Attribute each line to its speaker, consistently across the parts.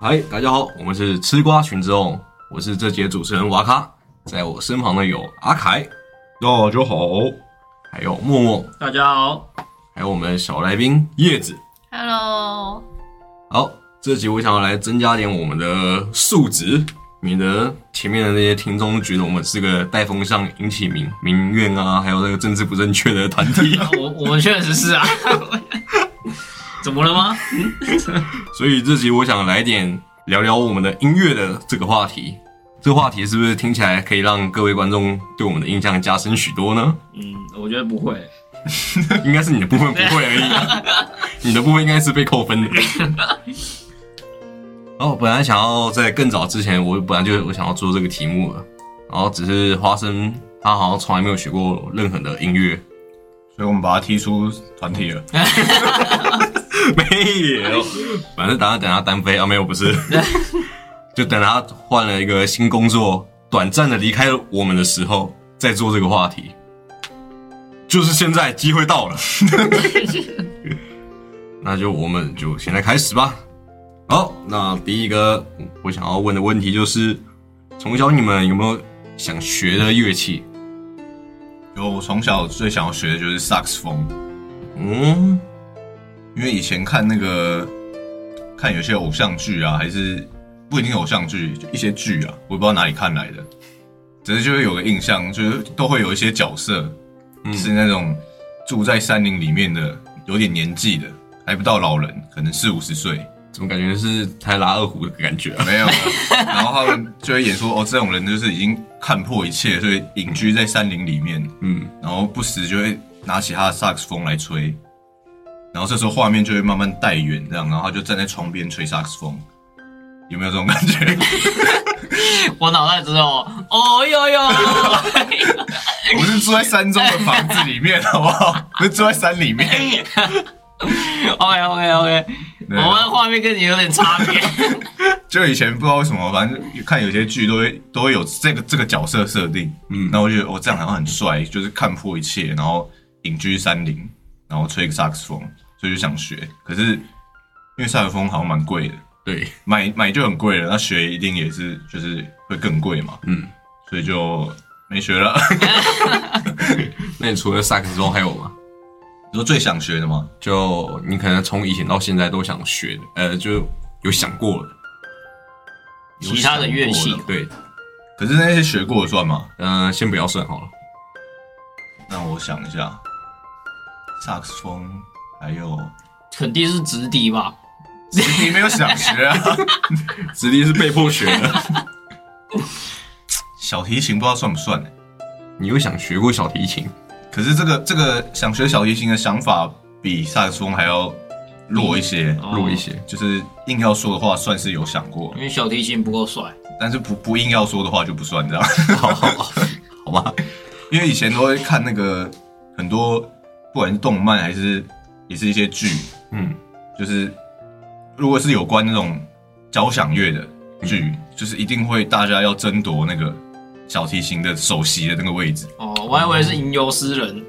Speaker 1: 嗨，大家好，我们是吃瓜群众，我是这节主持人瓦卡，在我身旁的有阿凯，
Speaker 2: 大家好，
Speaker 1: 还有默默，
Speaker 3: 大家好，
Speaker 1: 还有我们的小来宾叶子。
Speaker 4: Hello，
Speaker 1: 好，这集我想要来增加点我们的数值，免得前面的那些听众觉得我们是个带风向、引起民民怨啊，还有那个政治不正确的团 体。
Speaker 3: 啊我我们确实是 啊，怎么了吗？
Speaker 1: 所以这集我想来点聊聊我们的音乐的这个话题。这个话题是不是听起来可以让各位观众对我们的印象加深许多呢？
Speaker 3: 嗯，我觉得不会，
Speaker 1: 应该是你的部分不会而已，啊你的部分应该是被扣分的。然后本来想要在更早之前，我本来就我想要做这个题目了，然后只是花生他好像从来没有学过任何的音乐，
Speaker 2: 所以我们把他踢出团体了。
Speaker 1: 没有，反正打算等他单飞啊，没有不是，就等他换了一个新工作，短暂的离开了我们的时候，再做这个话题。就是现在，机会到了， 那就我们就现在开始吧。好，那第一个我想要问的问题就是，从小你们有没有想学的乐器？
Speaker 2: 有我从小最想要学的就是萨克斯风，
Speaker 1: 嗯，
Speaker 2: 因为以前看那个看有些偶像剧啊，还是不一定偶像剧，就一些剧啊，我也不知道哪里看来的，只是就会有个印象，就是都会有一些角色、是那种住在山林里面的，有点年纪的，还不到老人，可能四五十岁。
Speaker 1: 怎么感觉是泰拉二胡的感觉啊？
Speaker 2: 没有，然后他们就会演说哦，这种人就是已经看破一切，所以隐居在山林里面，
Speaker 1: 嗯，
Speaker 2: 然后不时就会拿起他的萨克斯风来吹，然后这时候画面就会慢慢带远，这样，然后他就站在窗边吹萨克斯风，有没有这种感觉？
Speaker 3: 我脑袋只有哦哟 哟，
Speaker 2: 我们是住在山中的房子里面，好不好？不是住在山里面。
Speaker 3: OK OK OK，我
Speaker 2: 对啊
Speaker 3: 们的画面跟你有点差别，
Speaker 2: 就以前不知道为什么，反正看有些剧都会都会有这个这个角色设定，嗯，那我就觉得哦，这样好像很帅，就是看破一切，然后隐居山林，然后吹个萨克斯风，所以就想学。可是因为萨克斯风好像蛮贵的，
Speaker 1: 对，
Speaker 2: 买买就很贵了，那学一定也是就是会更贵嘛，
Speaker 1: 嗯，
Speaker 2: 所以就没学了。
Speaker 1: 那你除了萨克斯风还有吗？
Speaker 2: 你说最想学的吗？
Speaker 1: 就你可能从以前到现在都想学的，呃，就有想过的，
Speaker 3: 其他的乐器
Speaker 2: 有想过的
Speaker 1: 对，
Speaker 2: 可是那些学过的算吗？
Speaker 1: 嗯、先不要算好了，
Speaker 2: 那我想一下，萨克斯风还有，
Speaker 3: 肯定是直笛吧？
Speaker 2: 你没有想学啊？
Speaker 1: 直笛是被迫学的。
Speaker 2: 小提琴不知道算不算呢、欸
Speaker 1: 你有想学过小提琴？
Speaker 2: 可是这个这个想学小提琴的想法比萨克斯风还要弱一些，
Speaker 3: 哦嗯
Speaker 1: 弱一，些，
Speaker 2: 就是硬要说的话算是有想过
Speaker 3: 因，为小提琴不够帅。
Speaker 2: 但是不不硬要说的话就不算这样，
Speaker 1: 好好好，
Speaker 3: 哦
Speaker 1: 好吧，
Speaker 2: 因为以前都会看那个很多不管是动漫还是也是一些剧，
Speaker 1: 嗯，
Speaker 2: 就是如果是有关那种交响乐的剧，就是一定会大家要争夺那个小提琴的首席的那个位置。
Speaker 3: 哦，我还以为是吟游诗人，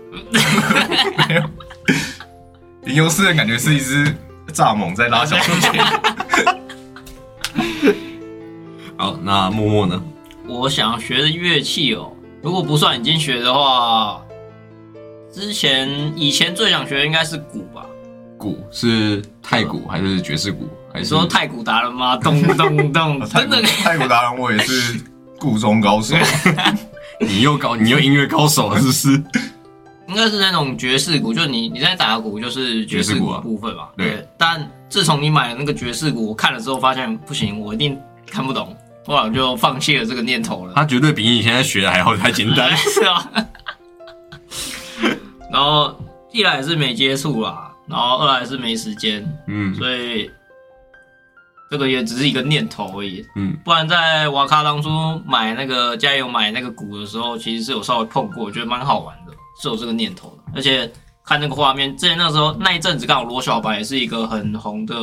Speaker 2: 吟游诗人感觉是一只蚱蜢在拉小提琴。
Speaker 1: 好，那默默呢？
Speaker 3: 我想学的乐器哦，如果不算已经学的话，之前以前最想学的应该是鼓吧。
Speaker 1: 鼓是太鼓还是爵士鼓？还
Speaker 3: 你
Speaker 1: 是
Speaker 3: 说太鼓达人吗？咚咚 咚，
Speaker 2: 哦泰
Speaker 3: 真
Speaker 2: 国
Speaker 3: 的
Speaker 2: 泰国达人，我也是故中高手。
Speaker 1: 你又高，你又音乐高手了，是不是？
Speaker 3: 应该是那种爵士鼓，就你你在打的鼓就是爵士鼓的部分嘛。
Speaker 1: 爵士鼓啊对。
Speaker 3: 但自从你买了那个爵士鼓，我看了之后发现不行，我一定看不懂，后来我就放弃了这个念头 了。。
Speaker 1: 他绝对比你现在啊学的还要太简单
Speaker 3: 是啊。然后一来是没接触啦，然后二来是没时间，
Speaker 1: 嗯
Speaker 3: 所以这个也只是一个念头而已。
Speaker 1: 嗯，
Speaker 3: 不然在瓦卡当初买那个加油买那个鼓的时候，其实是有稍微碰过，我觉得蛮好玩的，是有这个念头的。而且看那个画面，之前那时候那一阵子刚好罗小白也是一个很红的，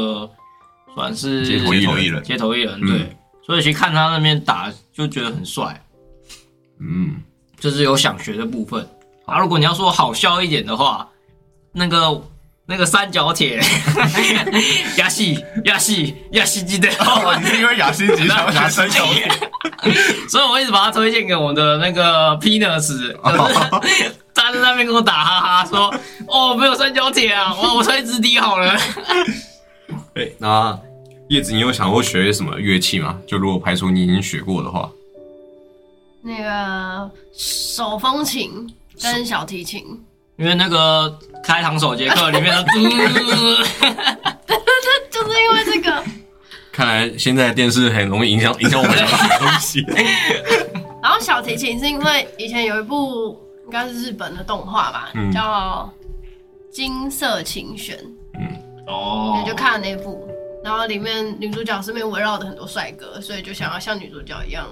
Speaker 3: 算是
Speaker 1: 街头
Speaker 2: 街头艺人，
Speaker 3: 街头艺人
Speaker 1: 嗯
Speaker 3: 对。所以其实看他那边打就觉得很帅，
Speaker 1: 嗯，
Speaker 3: 就是有想学的部分。啊，如果你要说好笑一点的话，那个那个三角铁， 亚细亚细亚细鸡的，
Speaker 2: 哦，你是因为雅欣吉想要学三角铁，
Speaker 3: 所以我一直把它推荐给我的那个 Peanuts，可
Speaker 4: 哦
Speaker 3: 是 他在那边跟我打哈哈说，哦，没有三角铁啊，我我吹直笛好了。
Speaker 1: 哎、那叶子，你有想过学什么乐器吗？就如果排除你已经学过的话，
Speaker 4: 那个手风琴跟小提琴，
Speaker 3: 因为那个开膛手杰克里面的 嘟，
Speaker 4: 就是因为这个。
Speaker 1: 看来现在电视很容易影响影响我们 想学的东西。
Speaker 4: 然后小提琴是因为以前有一部应该是日本的动画吧，
Speaker 1: 嗯
Speaker 4: 叫《金色琴弦》，
Speaker 3: 哦
Speaker 4: 你就看了那部，然后里面女主角身边围绕着很多帅哥，所以就想要像女主角一样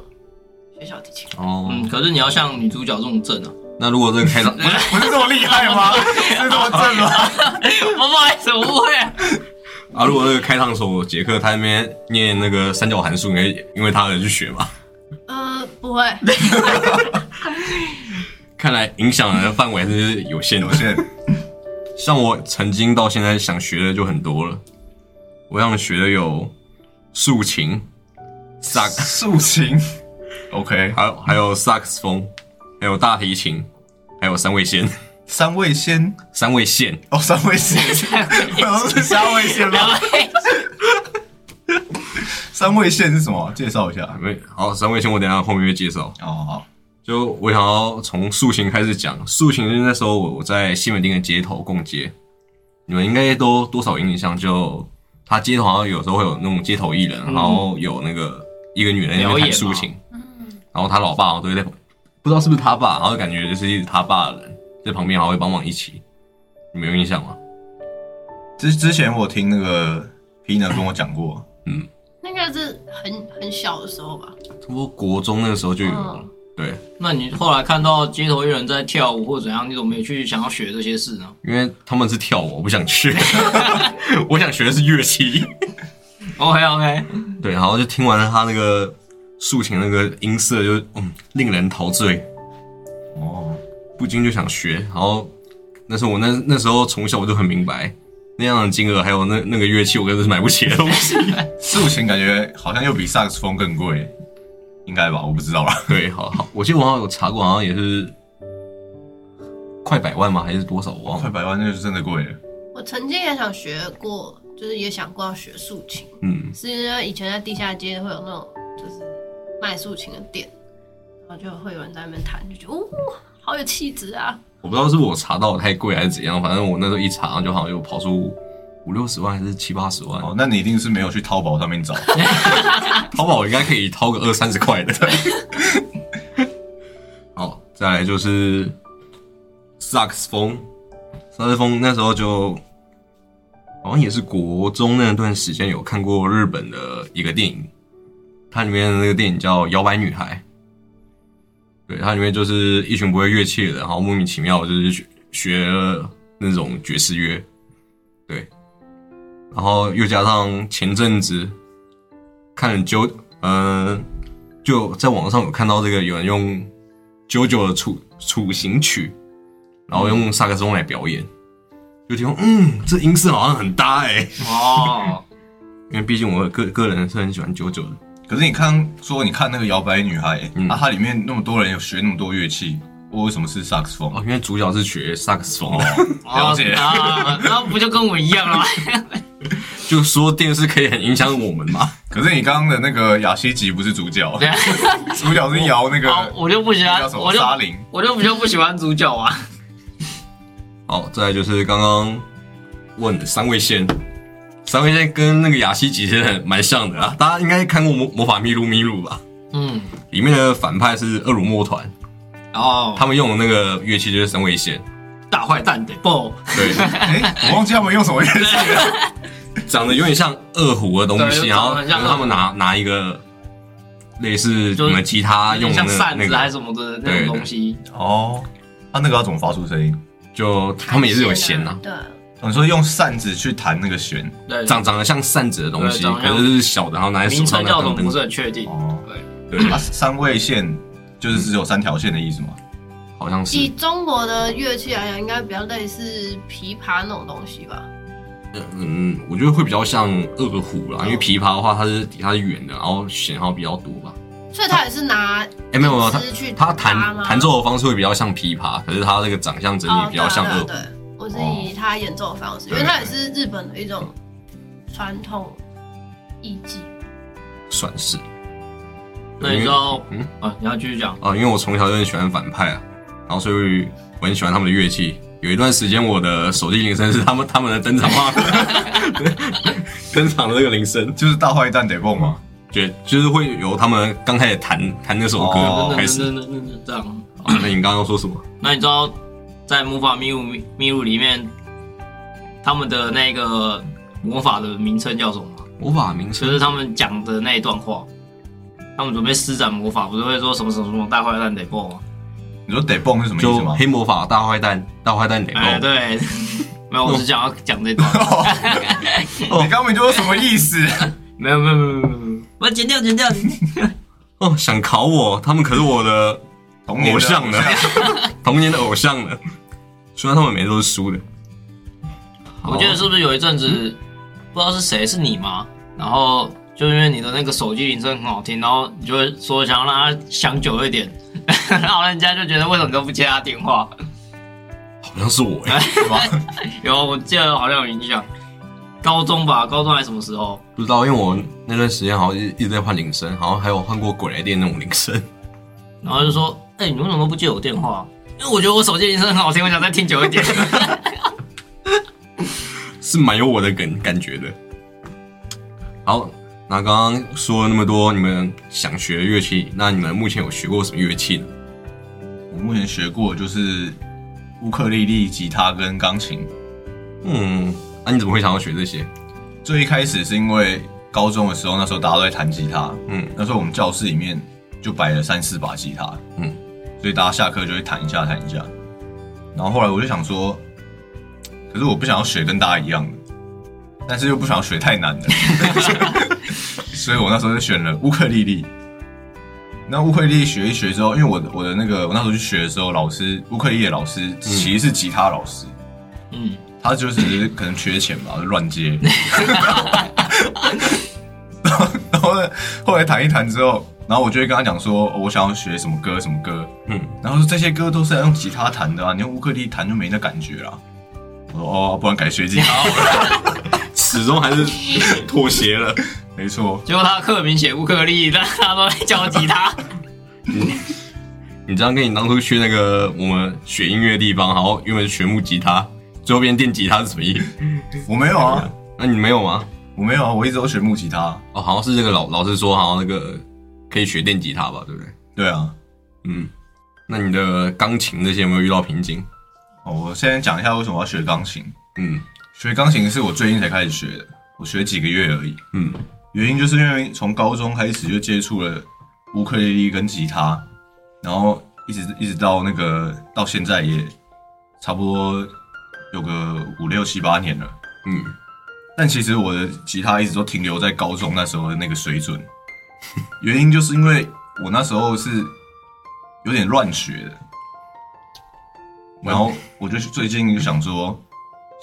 Speaker 4: 学小提琴。
Speaker 1: 哦，
Speaker 3: 嗯，可是你要像女主角这种 正啊，
Speaker 1: 那如果这个 开场，
Speaker 2: 不是这么厉害吗？是这么正吗？
Speaker 3: 我哦不好意思，我误会 了。
Speaker 1: 啊，如果那个开膛手杰克他那边念那个三角函数，你会因为他而去学吗？
Speaker 4: 呃，不会，
Speaker 1: 看来影响的范围还是有限的
Speaker 2: 有。限，
Speaker 1: 像我曾经到现在想学的就很多了，我想学的有竖琴、萨，
Speaker 2: 竖琴，OK，
Speaker 1: 还有还有萨克斯风，还有大提琴，还有三味线，
Speaker 2: 三味仙，
Speaker 1: 三味线。
Speaker 2: 哦，三味仙，我是 三味仙吗？三味线是什么？介绍一下。
Speaker 1: 没好，三味线我等一下后面会介绍。
Speaker 2: 哦，好，
Speaker 1: 就我想要从竖琴开始讲，竖琴是那时候我我在西门町的街头逛街，你们应该都多少有印象，就他街头好像有时候会有那种街头艺人，
Speaker 3: 嗯
Speaker 1: 然后有那个一个女人在那边弹竖琴，然后他老爸好像都会在，不知道是不是他爸，然后感觉就是一直他爸的人在旁边，好像会帮忙一起，你们有印象吗？
Speaker 2: 之之前我听那个皮呢跟我讲过，
Speaker 4: 那个是很很小的时候吧。
Speaker 1: 差不多国中那个时候就有了，
Speaker 4: 嗯
Speaker 1: 对，
Speaker 3: 那你后来看到街头艺人在跳舞或怎样，你怎么没去想要学这些事呢？
Speaker 1: 因为他们是跳舞，我不想学， 我想学的是乐器。
Speaker 3: OK OK，
Speaker 1: 对，然后就听完了他那个竖琴那个音色就，嗯令人陶醉，
Speaker 2: 哦，
Speaker 1: 不禁就想学。然后那时候我那那时候从小我就很明白，那样的金额还有那那个乐器，我根本是买不起的东西。
Speaker 2: 竖琴感觉好像又比萨克斯风更贵，应该吧？我不知道啦。
Speaker 1: 对，好好，我记得我好像有查过，好像也是快百万吗？还是多少？我忘
Speaker 2: 快
Speaker 1: 了。
Speaker 2: 百万那就是真的贵了。
Speaker 4: 我曾经也想学过，就是也想过要学竖琴，
Speaker 1: 嗯，
Speaker 4: 是因为以前在地下街会有那种就是卖竖琴的店，然后就会有人在那边弹，就觉得哦，好有气质啊。
Speaker 1: 我不知道是不是我查到的太贵还是怎样，反正我那时候一查就好像有跑出五六十万还是七八十万。
Speaker 2: 哦，那你一定是没有去淘宝上 面找。
Speaker 1: 淘宝应该可以掏个二三十块的。 好，再来就是萨克斯风，萨克斯风那时候就好像也是国中那段时间有看过日本的一个电影，它里面的那个电影叫《摇摆女孩》，对，它里面就是一群不会乐器的人，然后莫名其妙就是学学了那种爵士乐，对，然后又加上前阵子看九，嗯、就在网上有看到这个有人用九九的处处刑曲，然后用萨克斯风来表演，就听说嗯，这音色好像很搭哎、
Speaker 3: 哦，
Speaker 1: 因为毕竟我个个人是很喜欢九九的，
Speaker 2: 可是你刚说你看那个摇摆女孩，
Speaker 1: 嗯
Speaker 2: 啊，它里面那么多人有学那么多乐器，我为什么是萨克斯风哦
Speaker 1: 哦，？因为主角是学萨克斯风，哦
Speaker 2: 了解
Speaker 3: 啊，那不就跟我一样了吗？
Speaker 1: 就说电视可以很影响我们嘛。
Speaker 2: 可是你刚刚的那个雅西吉不是主 角，
Speaker 3: 对啊，
Speaker 2: 主角是摇那个
Speaker 3: 好我就不喜
Speaker 2: 那
Speaker 3: 欢
Speaker 2: 叫什，么
Speaker 3: 我就
Speaker 2: 沙林。
Speaker 3: 我就不就不喜欢主角啊。
Speaker 1: 好，再来就是刚刚问的三味线，三味线跟那个雅西吉其实很蛮像的啊，大家应该看过魔魔法秘鲁秘鲁吧？
Speaker 3: 嗯，
Speaker 1: 里面的反派是厄鲁莫团，
Speaker 3: 然后
Speaker 1: 他们用的那个乐器就是三味线，
Speaker 3: 哦大坏蛋得爆，
Speaker 1: 对，
Speaker 2: 哎、我忘记他们用什么乐器了。
Speaker 1: 长得有点像二胡的东西，
Speaker 3: 对
Speaker 1: 然后
Speaker 3: 长得很像
Speaker 1: 他们拿拿一个类似
Speaker 3: 就是
Speaker 1: 你们吉他
Speaker 3: 有
Speaker 1: 用
Speaker 3: 点
Speaker 1: 的
Speaker 3: 像
Speaker 1: 那
Speaker 3: 扇
Speaker 1: 那
Speaker 3: 子还
Speaker 1: 个，
Speaker 3: 是什么的
Speaker 1: 对
Speaker 3: 那
Speaker 1: 对
Speaker 3: 种东西。
Speaker 2: 哦，他、那个要怎么发出声音？
Speaker 1: 就他们也是有弦呐
Speaker 4: 啊，，对啊，
Speaker 2: 哦你说用扇子去弹那个弦。
Speaker 3: 对，
Speaker 1: 长长得像扇子的东西，
Speaker 3: 对长得像
Speaker 1: 可是是小的，然后拿在手
Speaker 3: 名
Speaker 1: 上
Speaker 3: 称
Speaker 1: 那
Speaker 3: 叫什么
Speaker 1: 样
Speaker 3: 不
Speaker 1: 噔
Speaker 3: 是
Speaker 1: 噔，
Speaker 3: 很确定。
Speaker 2: 哦，
Speaker 3: 对，
Speaker 1: 对，
Speaker 2: 啊，三味线就是只有三条线的意思吗？
Speaker 1: 好像
Speaker 4: 以
Speaker 1: 是，
Speaker 4: 中国的乐器来讲，应该比较类似琵琶那种东西吧？
Speaker 1: 嗯，我觉得会比较像二胡啦，因为琵琶的话它是它是圆的，然后弦号比较多吧。
Speaker 4: 所以他也是拿
Speaker 1: 哎、没有没有，
Speaker 4: 丝去
Speaker 1: 他他
Speaker 4: 搭
Speaker 1: 弹
Speaker 4: 吗
Speaker 1: 弹奏的方式会比较像琵琶，可是他这个长相整
Speaker 4: 哦，
Speaker 1: 体比较像二胡。
Speaker 4: 对啊对啊对我是以他演奏的方式，因为
Speaker 1: 对
Speaker 4: 他也是日本的一种传统艺伎。
Speaker 1: 算是。
Speaker 3: 那你知道，
Speaker 1: 嗯
Speaker 3: 嗯啊，你要继续讲，
Speaker 1: 啊，因为我从小就很喜欢反派啊，然后所以我很喜欢他们的乐器。有一段时间，我的手机铃声是他们他们的登场嘛，登场的那个铃声，
Speaker 2: 就是大坏蛋得蹦嘛，
Speaker 1: 就就是会由他们刚开始弹弹那首歌
Speaker 2: 哦
Speaker 1: 开
Speaker 3: 等
Speaker 1: 始。哦
Speaker 3: 等等等等，这样。
Speaker 1: 那你刚刚说什么？
Speaker 3: 那你知道，在魔法秘录秘录里面，他们的那个魔法的名称叫什么吗？
Speaker 1: 魔法名
Speaker 3: 就
Speaker 1: 称
Speaker 3: 是他们讲的那一段话。他们准备施展魔法，不是会说什么什么什么大坏蛋得爆吗？
Speaker 2: 你说得蹦是什么意思
Speaker 1: 就
Speaker 2: 吗？
Speaker 1: 黑魔法大坏蛋，大坏蛋得
Speaker 3: 哎，
Speaker 1: 够。
Speaker 3: 对， 没有，我只想要讲这段。
Speaker 2: 哦你刚没说什么意思？
Speaker 3: 没有，没有，没有，没有没有，我剪掉，剪掉。
Speaker 1: 哦，想考我，他们可是我的
Speaker 2: 童年
Speaker 1: 偶像呢
Speaker 2: 的，
Speaker 1: 童年的偶像呢。虽然他们每次都是输的，
Speaker 3: 我记得是不是有一阵子，不知道是谁是你吗？然后就因为你的那个手机铃声很好听，然后你就会说想要让他响久一点， 然后人家就觉得为什么你都不接他电话？
Speaker 1: 好像是我哎、
Speaker 2: 是吗？
Speaker 3: 有，我记得好像有影响。高中吧，高中还是什么时候？
Speaker 1: 不知道，因为我那段时间好像一一直在换铃声，好像还有换过鬼来电那种铃声。
Speaker 3: 然后就说：“哎、你为什么都不接我电话？啊因为我觉得我手机铃声很好听，我想再听久一 点。
Speaker 1: 是蛮有我的感感觉的。好，那刚刚说了那么多，你们想学的乐器，那你们目前有学过什么乐器呢？
Speaker 2: 我目前学过就是乌克丽丽、吉他跟钢琴。
Speaker 1: 嗯，啊，你怎么会想要学这些？
Speaker 2: 最一开始是因为高中的时候，那时候大家都在弹吉他，
Speaker 1: 嗯
Speaker 2: 那时候我们教室里面就摆了三四把吉他，
Speaker 1: 嗯，
Speaker 2: 所以大家下课就会弹一下弹一下。然后后来我就想说，可是我不想要学跟大家一样的，但是又不想要学太难 的，所以我那时候就选了乌克丽丽。那乌克丽丽学一学之后，因为我的我的那个我那时候去学的时候，老师乌克丽丽的老师其实是吉他老师，”
Speaker 3: 嗯，
Speaker 2: 他就只是可能缺钱吧，就乱接。然后呢，后来谈一谈之后，然后我就会跟他讲说，哦我想要学什么歌什么歌，
Speaker 1: 嗯，
Speaker 2: 然后说这些歌都是要用吉他弹的啊，你用乌克丽弹就没那感觉啦。我说哦，不然改学吉他好了。
Speaker 1: 始终还 是妥协了。
Speaker 2: 没错，
Speaker 3: 结果他的课名写乌克丽，但他都在教吉 他。
Speaker 1: 你这样跟你当初去那个我们学音乐的地方，然后原本是学木吉他，最后变电吉他是什么意思？
Speaker 2: 我没有啊，
Speaker 1: 那你没有吗？
Speaker 2: 我没有啊，我一直都学木吉他。
Speaker 1: 哦，好像是这个老老师说，好像那个可以学电吉他吧，对不对？
Speaker 2: 对啊，
Speaker 1: 嗯，那你的钢琴这些有没有遇到瓶颈？
Speaker 2: 哦，我先讲一下为什么要学钢琴。
Speaker 1: 嗯
Speaker 2: 学钢琴是我最近才开始学的，我学几个月而已。
Speaker 1: 嗯，
Speaker 2: 原因就是因为从高中开始就接触了乌克丽丽跟吉他，然后一直一直到那个到现在也差不多有个五六七八年了。
Speaker 1: 嗯，
Speaker 2: 但其实我的吉他一直都停留在高中那时候的那个水准， 原因就是因为我那时候是有点乱学的，然后我就最近就想说，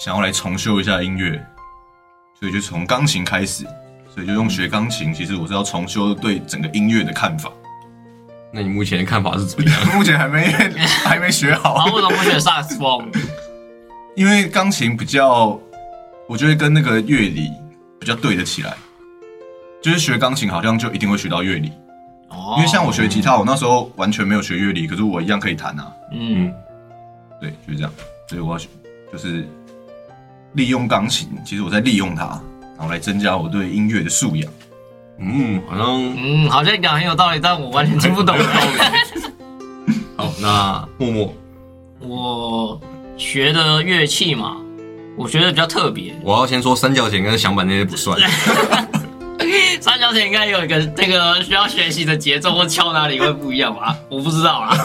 Speaker 2: 想要来重修一下音乐，所以就从钢琴开始，所以就用学钢琴。其实我是要重修对整个音乐的看法，
Speaker 1: 那你目前的看法是怎么样？
Speaker 2: 目前还没还没学
Speaker 3: 然
Speaker 2: 好
Speaker 3: 后，为什么不选萨克斯风？
Speaker 2: 因为钢琴比较，我觉得跟那个乐理比较对得起来，就是学钢琴好像就一定会学到乐理。
Speaker 3: 哦
Speaker 2: 因为像我学吉他，我那时候完全没有学乐理，可是我一样可以弹啊。
Speaker 3: 嗯。
Speaker 2: 对，就是这样。所以我要学，就是利用钢琴，其实我在利用它，然后来增加我对音乐的 素养。
Speaker 1: 嗯，好像
Speaker 3: 嗯，好像讲很有道理，但我完全听不懂。
Speaker 1: 好。那默默，
Speaker 3: 我学的乐器嘛，我觉得比较特别。
Speaker 1: 我要先说三角弦跟响板那些不算。
Speaker 3: 三角铁应该有一个那个需要学习的节奏或敲哪里会不一样吧？我不知道啦。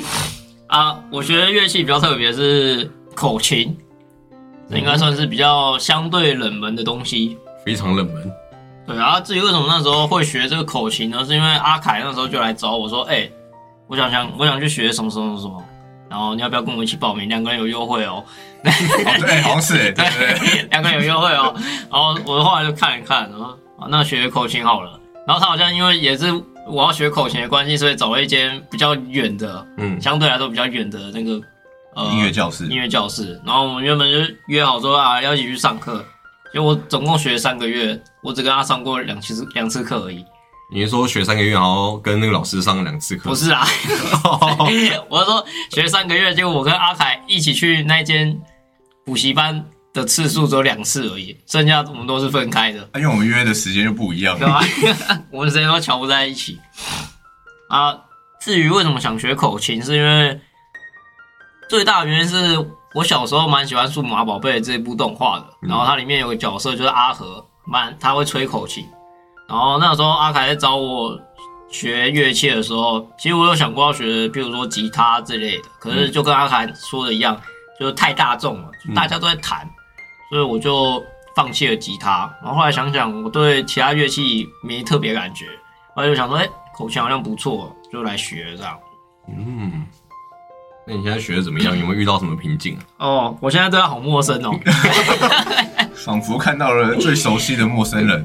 Speaker 3: 啊，我学的乐器比较特别是口琴，这应该算是比较相对冷门的东西。
Speaker 1: 非常冷门。
Speaker 3: 对啊，至于为什么那时候会学这个口琴呢？是因为阿凯那时候就来找我说：“哎、我想想，我想去学什么什么什么。”然后你要不要跟我一起报名？两个人有优惠哦，
Speaker 2: 哦对，好像是哎，对对对，
Speaker 3: 两个人有优惠哦。然后我后来就看一看，然后啊，那学口琴好了。然后他好像因为也是我要学口琴的关系，所以找了一间比较远的，
Speaker 1: 嗯，
Speaker 3: 相对来说比较远的那个呃
Speaker 2: 音乐教室
Speaker 3: 音乐教室。然后我们原本就约好说啊，要一起去上课。结果我总共学了三个月，我只跟他上过两次两次课而已。
Speaker 1: 你是说学三个月，然后跟那个老师上了两次课？
Speaker 3: 不， 是啊，我是说学三个月，结果我跟阿凯一起去那间补习班的次数只有两次而已，剩下我们都是分开的，
Speaker 2: 啊因为我们约的时间就不一样
Speaker 3: 对，吧？ 我们时间都瞧不在一起啊。至于为什么想学口琴，是因为最大的原因是我小时候蛮喜欢《数码宝贝》这部动画的，
Speaker 2: 嗯
Speaker 3: 然后它里面有个角色就是阿和，蛮他会吹口琴，然后那时候阿凯在找我学乐器的时候，其实我有想过要学，比如说吉他之类的，可
Speaker 2: 嗯
Speaker 3: 是就跟阿凯说的一样，就是太大众了，就大家都在弹，所以我就放弃了吉他。然后后来想想，我对其他乐器没特别感觉，后来就想说，哎、口琴好像不错，就来学这样。
Speaker 1: 嗯，那你现在学的怎么样？有没有遇到什么瓶颈啊？
Speaker 3: 哦，我现在对他好陌生哦，
Speaker 2: 仿佛看到了最熟悉的陌生人。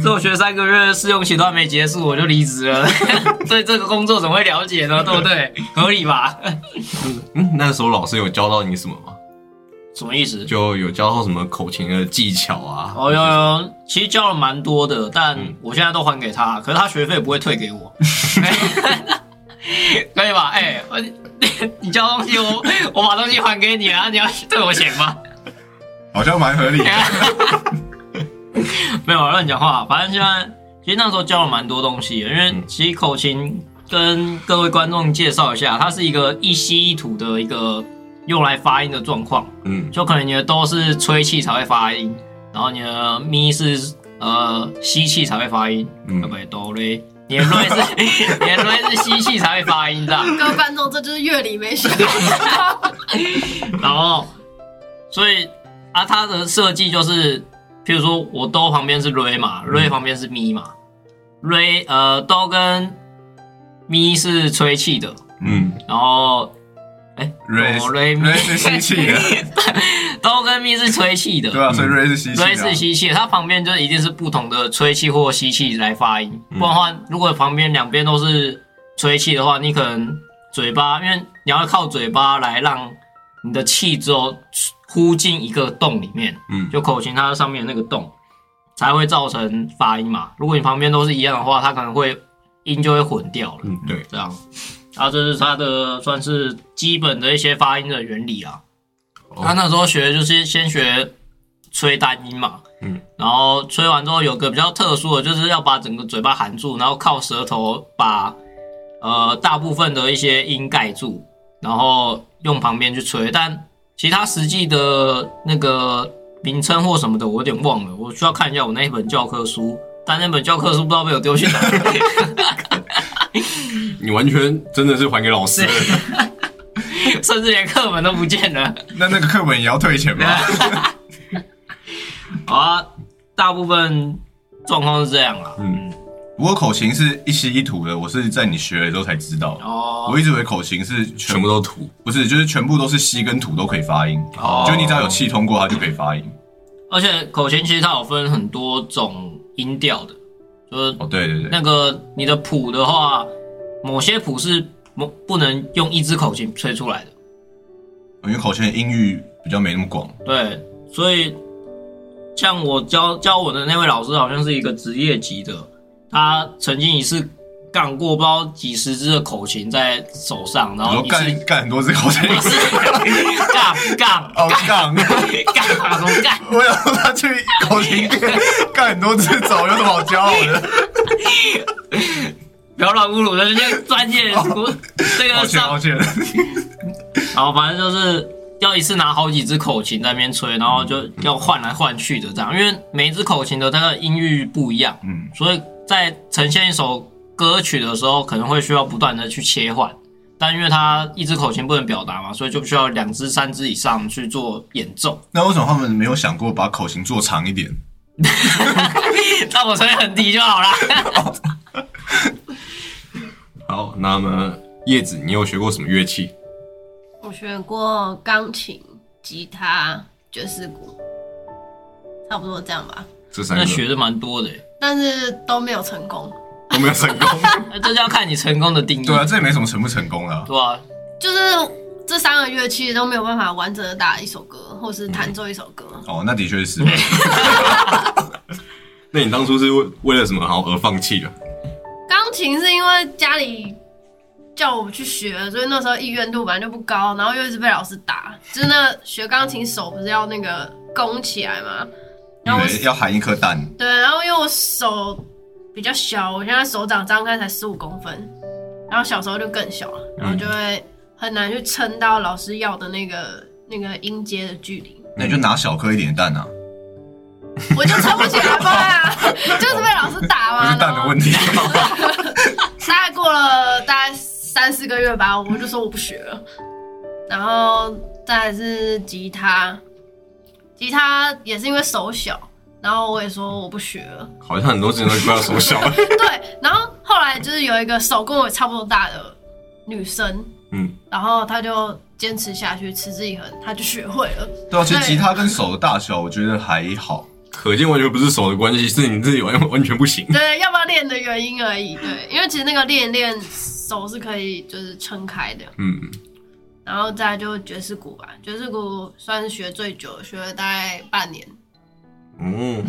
Speaker 3: 所以我学三个月试用期都还没结束，我就离职了。 对这个工作怎么会了解呢？对不对？合理吧？
Speaker 1: 嗯，那时候老师有教到你什么吗？
Speaker 3: 什么意思？
Speaker 1: 就有教到什么口琴的技巧啊？
Speaker 3: 哦有有，有其实教了蛮多的，但
Speaker 1: 嗯
Speaker 3: 我现在都还给他，可是他学费不会退 给我，可以吧？哎、我你你教东西我我把东西还给你啊，你要退我钱 吗？
Speaker 2: 好像蛮合 理的。
Speaker 3: 没有啊乱讲话，反正现在其实那时候教了蛮多东西的，因为
Speaker 1: 嗯
Speaker 3: 其实口琴跟各位观众介绍一下，它是一个一吸一吐的一个用来发音的状况。
Speaker 1: 嗯
Speaker 3: 就可能你的哆是吹气才会发音，然后你的咪是呃吸气才会发音，
Speaker 1: 嗯
Speaker 3: 对不对？哆嘞，你的瑞是 你的瑞是吸气才会发音这样，
Speaker 4: 各位观众，这就是乐理没 学到。
Speaker 3: 然后所以啊，它的设计就是，譬如说我哆旁边是瑞嘛，瑞旁边是咪嘛，瑞呃哆跟咪是吹气的，
Speaker 1: 嗯，
Speaker 3: 然后哎
Speaker 2: 瑞
Speaker 3: 哆哦瑞咪
Speaker 2: 瑞是吸气的，
Speaker 3: 哆跟咪是吹气的，
Speaker 2: 对啊，所以瑞是吸气的啊，
Speaker 3: 瑞士吸气，它旁边就一定是不同的吹气或吸气来发音，不然的话，如果旁边两边都是吹气的话，你可能嘴巴，因为你要靠嘴巴来让你的气之后呼进一个洞里面，
Speaker 1: 嗯
Speaker 3: 就口琴它上面的那个洞才会造成发音嘛。如果你旁边都是一样的话，它可能会音就会混掉了。
Speaker 1: 嗯，对，
Speaker 3: 这样。啊，这是它的算是基本的一些发音的原理啊。
Speaker 1: 哦
Speaker 3: 他那时候学就是先学吹单音嘛，
Speaker 1: 嗯，
Speaker 3: 然后吹完之后有个比较特殊的，就是要把整个嘴巴含住，然后靠舌头把呃大部分的一些音盖住，然后用旁边去吹。但其他实际的那个名称或什么的，我有点忘了，我需要看一下我那一本教科书。但那本教科书不知道被我丢去哪里。
Speaker 1: 你完全真的是还给老师了。
Speaker 3: 甚至连课本都不见了。
Speaker 2: 那那个课本也要退钱
Speaker 3: 啊
Speaker 2: 吗？
Speaker 3: 好啊，大部分状况是这样啊啦。
Speaker 1: 嗯
Speaker 2: 不过口琴是一吸一吐的，我是在你学了之后才知道。
Speaker 3: 哦
Speaker 2: 我一直以为口琴是全
Speaker 1: 全部都吐。
Speaker 2: 不是，就是全部都是吸跟吐都可以发音，
Speaker 1: 哦
Speaker 2: 就你只要有气通过它就可以发音。
Speaker 3: 而且口琴其实它有分很多种音调的，就是
Speaker 2: 哦，对对对，
Speaker 3: 那个你的谱的话，某些谱是不不能用一支口琴吹出来的。
Speaker 2: 因为口琴的音域比较没那么广，
Speaker 3: 对，所以像我教教我的那位老师，好像是一个职业级的，他曾经一次干过不知道几十支的口琴在手上，然
Speaker 2: 然
Speaker 3: 后
Speaker 2: 后
Speaker 3: 一
Speaker 2: 干
Speaker 3: 次
Speaker 2: 干很多次口琴，
Speaker 3: 干干
Speaker 2: 哦杠，
Speaker 3: 干什么干？
Speaker 2: 我想说他去口琴 店干很多次走，有什么好骄傲的？
Speaker 3: 不要乱侮辱人家专业人士，这
Speaker 2: 抱
Speaker 3: 个
Speaker 2: 歉抱
Speaker 3: 上，
Speaker 2: 歉，
Speaker 3: 然后反正就是要一次拿好几支口琴在那边吹，然后就要换来换去的这样，因为每一支口琴的它的音域不一样，
Speaker 2: 嗯，
Speaker 3: 所以在呈现一首歌曲的时候，可能会需要不断的去切换。但因为它一支口琴不能表达嘛，所以就需要两支、三支以上去做演奏。
Speaker 2: 那为什么他们没有想过把口琴做长一点？
Speaker 3: 那我吹很低就好啦。
Speaker 1: 好，那么叶子，你有学过什么乐器？
Speaker 4: 学过钢琴、吉他、爵士鼓，差不多这样吧，
Speaker 1: 这三
Speaker 3: 那
Speaker 1: 个
Speaker 3: 学的蛮多的耶，
Speaker 4: 但是都没有成功。
Speaker 1: 都没有成功。
Speaker 3: 那这就要看你成功的定义，
Speaker 2: 对啊，这也没什么成不成功啦。
Speaker 3: 对吧？
Speaker 4: 就是这三个乐器都没有办法完整的打一首歌，或是弹奏一首歌。
Speaker 2: 哦，那的 确是，
Speaker 1: 那你当初是为为了什么然后而放弃的？
Speaker 4: 钢琴是因为家里叫我去学，所以那时候意愿度本来就不高，然后又一直被老师打。就是那学钢琴手不是要那个弓起来吗？
Speaker 2: 因
Speaker 4: 然后我
Speaker 2: 为要含一颗蛋，
Speaker 4: 对，然后因为我手比较小，我现在手掌张开才十五公分，然后小时候就更小了，然后就会很难去撑到老师要的那个那个音阶的距离。
Speaker 2: 那你就拿小颗一点的蛋啊，
Speaker 4: 我就撑不起来吧、 就是被老师打
Speaker 2: 不
Speaker 4: 嘛。
Speaker 2: 是蛋的问
Speaker 4: 题。
Speaker 2: 题。
Speaker 4: 大概过了大概三四个月吧，我就说我不学了。然后再来是吉他，吉他也是因为手小，然后我也说我不学了。
Speaker 1: 好像很多事情都怪到手小了。
Speaker 4: 对，然后后来就是有一个手跟我差不多大的女生，
Speaker 1: 嗯，
Speaker 4: 然后她就坚持下去，持之以恒，她就学会了。
Speaker 2: 对啊，其实
Speaker 4: 对
Speaker 2: 吉他跟手的大小，我觉得还好。
Speaker 1: 可见完全不是手的关系，是你自己完完全不行。
Speaker 4: 对，要不要练的原因而已。对，因为其实那个练一练手是可以就是撑开的。
Speaker 1: 嗯，
Speaker 4: 然后再来就爵士鼓吧，爵士鼓算是学最久，学了大概半年。
Speaker 2: 嗯
Speaker 1: 哦，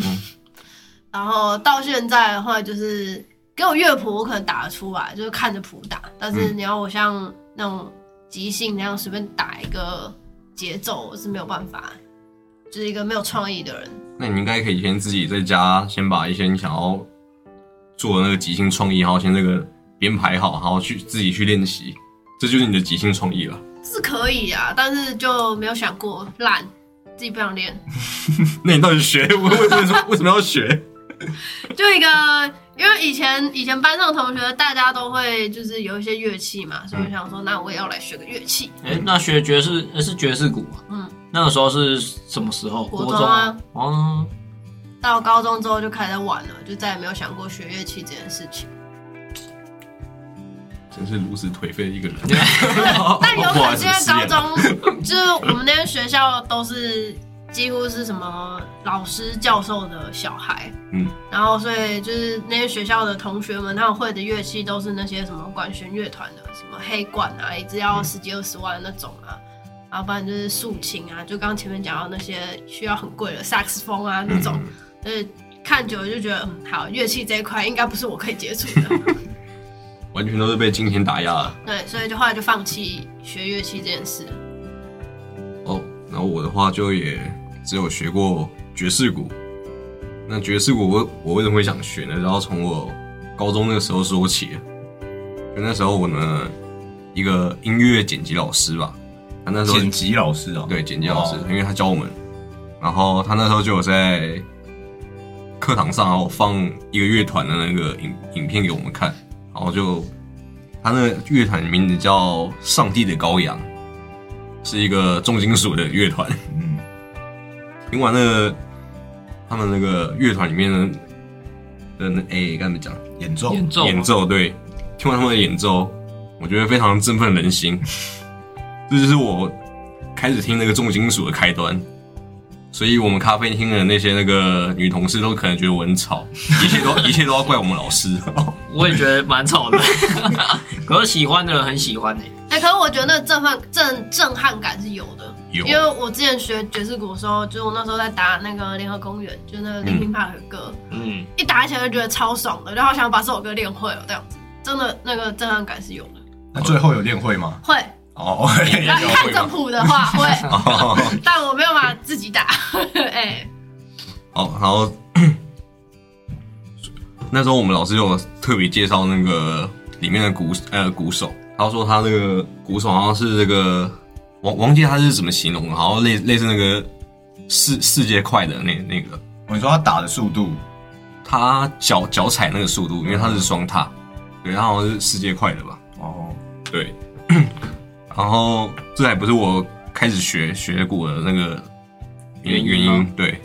Speaker 4: 然后到现在的话，就是给我乐谱，我可能打得出来，就是看着谱打。但是你要我像那种即兴那样随便打一个节奏，我是没有办法，就是一个没有创意的人。
Speaker 1: 那你应该可以先自己在家先把一些你想要做的那个即兴创意，然后先这个编排好，然后去自己去练习，这就是你的即兴创意 了。
Speaker 4: 是可以啊，但是就没有想过懒，自己不想练。
Speaker 1: 那你到底学为为为什么为什么要学？
Speaker 4: 就一个，因为以前以前班上同学大家都会就是有一些乐器嘛，所以我想说，那我也要来学个乐器。
Speaker 3: 哎，那学爵士呃是爵士鼓嘛？
Speaker 4: 嗯，
Speaker 3: 那个时候是什么时候？
Speaker 4: 国
Speaker 3: 国
Speaker 4: 中啊
Speaker 3: 中哦，
Speaker 4: 到高中之后就开始在玩了，就再也没有想过学乐器这件事情。
Speaker 1: 真是如此颓废的一个人。
Speaker 4: 但有可
Speaker 1: 哇
Speaker 4: 能现在高，中， 就是我们那边学校都是几乎是什么老师教授的小孩，
Speaker 1: 嗯，
Speaker 4: 然后所以就是那些学校的同学们，他们会的乐器都是那些什么管弦乐团的，什么黑管啊，一支要十几二十万的那种啊。然后不然就是竖琴啊，就刚前面讲到那些需要很贵的萨克斯风啊那种，就是看久了就觉得，嗯，好，乐器这一块应该不是我可以接触的，
Speaker 1: 完全都是被金钱打压了。
Speaker 4: 对，所以就后来就放弃学乐器这件事。
Speaker 1: 哦，然后我的话就也只有学过爵士鼓。那爵士鼓我我为什么会想学呢？然后从我高中那个时候说起，就那时候我们一个音乐剪辑老师吧，他那时候
Speaker 2: 剪辑老师哦，
Speaker 1: 对剪辑老师
Speaker 2: 哦，
Speaker 1: 因为他教我们，然后他那时候就有在课堂上然后放一个乐团的那个影影片给我们看，然后就他那个乐团名字叫《上帝的羔羊》，是一个重金属的乐团。
Speaker 2: 嗯，
Speaker 1: 听完那个他们那个乐团里面的的那哎，该怎么讲？
Speaker 2: 演奏
Speaker 3: 演奏
Speaker 1: 演奏对，听完他们的演奏，我觉得非常振奋人心。 这就是我开始听那个重金属的开端，所以我们咖啡厅的那些那个女同事都可能觉得我很吵，一切都一切都要怪我们老师。
Speaker 3: 我也觉得蛮丑的， 可是喜欢的人很喜欢呢。欸
Speaker 4: 哎、可是我觉得那震撼震震撼感是有的，
Speaker 1: 有
Speaker 4: 因为我之前学爵士鼓的时候，就是我那时候在打那个联合公园，就是那个林平帕的歌，
Speaker 3: 嗯，
Speaker 4: 一打起来就觉得超爽的，就好想把这首歌练会了，哦这样子，真的那个震撼感是有的。
Speaker 2: 那最后有练会吗？
Speaker 4: 会，
Speaker 2: 哦， 也
Speaker 4: 那
Speaker 2: 有
Speaker 4: 看
Speaker 2: 会
Speaker 4: 着
Speaker 2: 吗？
Speaker 4: 谱的话会，
Speaker 1: 哦
Speaker 4: 但我没有办法自己打。 哎、
Speaker 1: 好，然后 那时候我们老师有特别介绍那个里面的鼓呃鼓手，他说他那个鼓手好像是这个王王记他是怎么形容的，好像类类似那个世世界快的那那个，
Speaker 2: 哦你说他打的速度，
Speaker 1: 他脚脚踩那个速度，因为他是双踏，对，他好像是世界快的吧。
Speaker 2: 哦，
Speaker 1: 对， 然后这还不是我开始学学鼓的那个原
Speaker 3: 原
Speaker 1: 原
Speaker 3: 因吗
Speaker 1: 因，对。